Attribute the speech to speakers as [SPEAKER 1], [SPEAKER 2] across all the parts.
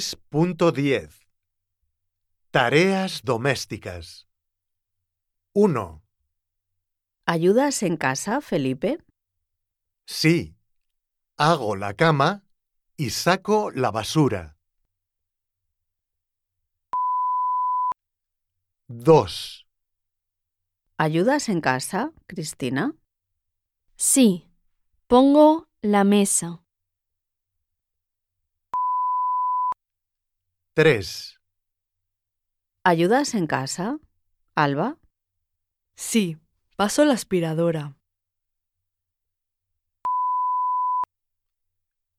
[SPEAKER 1] 6.10 Tareas domésticas 1.
[SPEAKER 2] ¿Ayudas en casa, Felipe?
[SPEAKER 1] Sí. Hago la cama y saco la basura. 2.
[SPEAKER 2] ¿Ayudas en casa, Cristina?
[SPEAKER 3] Sí, pongo la mesa.
[SPEAKER 1] 3.
[SPEAKER 2] ¿Ayudas en casa, Alba?
[SPEAKER 4] Sí, paso la aspiradora.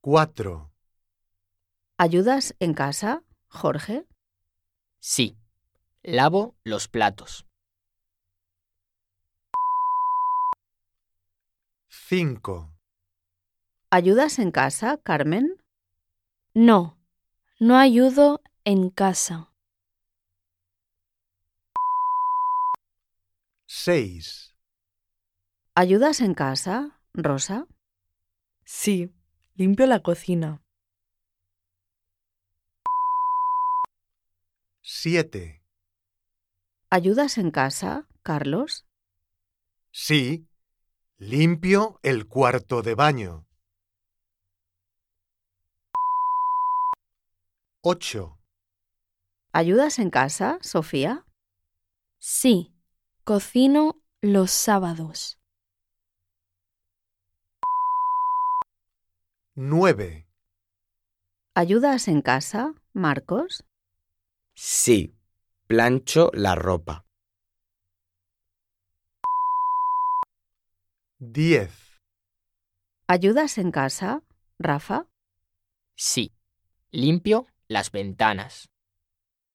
[SPEAKER 1] 4.
[SPEAKER 2] ¿Ayudas en casa, Jorge?
[SPEAKER 5] Sí, lavo los platos.
[SPEAKER 1] 5.
[SPEAKER 2] ¿Ayudas en casa, Carmen?
[SPEAKER 3] No, no ayudo en casa.
[SPEAKER 1] 6.
[SPEAKER 2] ¿Ayudas en casa, Rosa?
[SPEAKER 4] Sí, limpio la cocina.
[SPEAKER 1] 7.
[SPEAKER 2] ¿Ayudas en casa, Carlos?
[SPEAKER 1] Sí. Limpio el cuarto de baño. 8.
[SPEAKER 2] ¿Ayudas en casa, Sofía?
[SPEAKER 3] Sí, cocino los sábados.
[SPEAKER 1] 9.
[SPEAKER 2] ¿Ayudas en casa, Marcos?
[SPEAKER 5] Sí, plancho la ropa.
[SPEAKER 1] 10.
[SPEAKER 2] ¿Ayudas en casa, Rafa?
[SPEAKER 5] Sí, limpio las ventanas.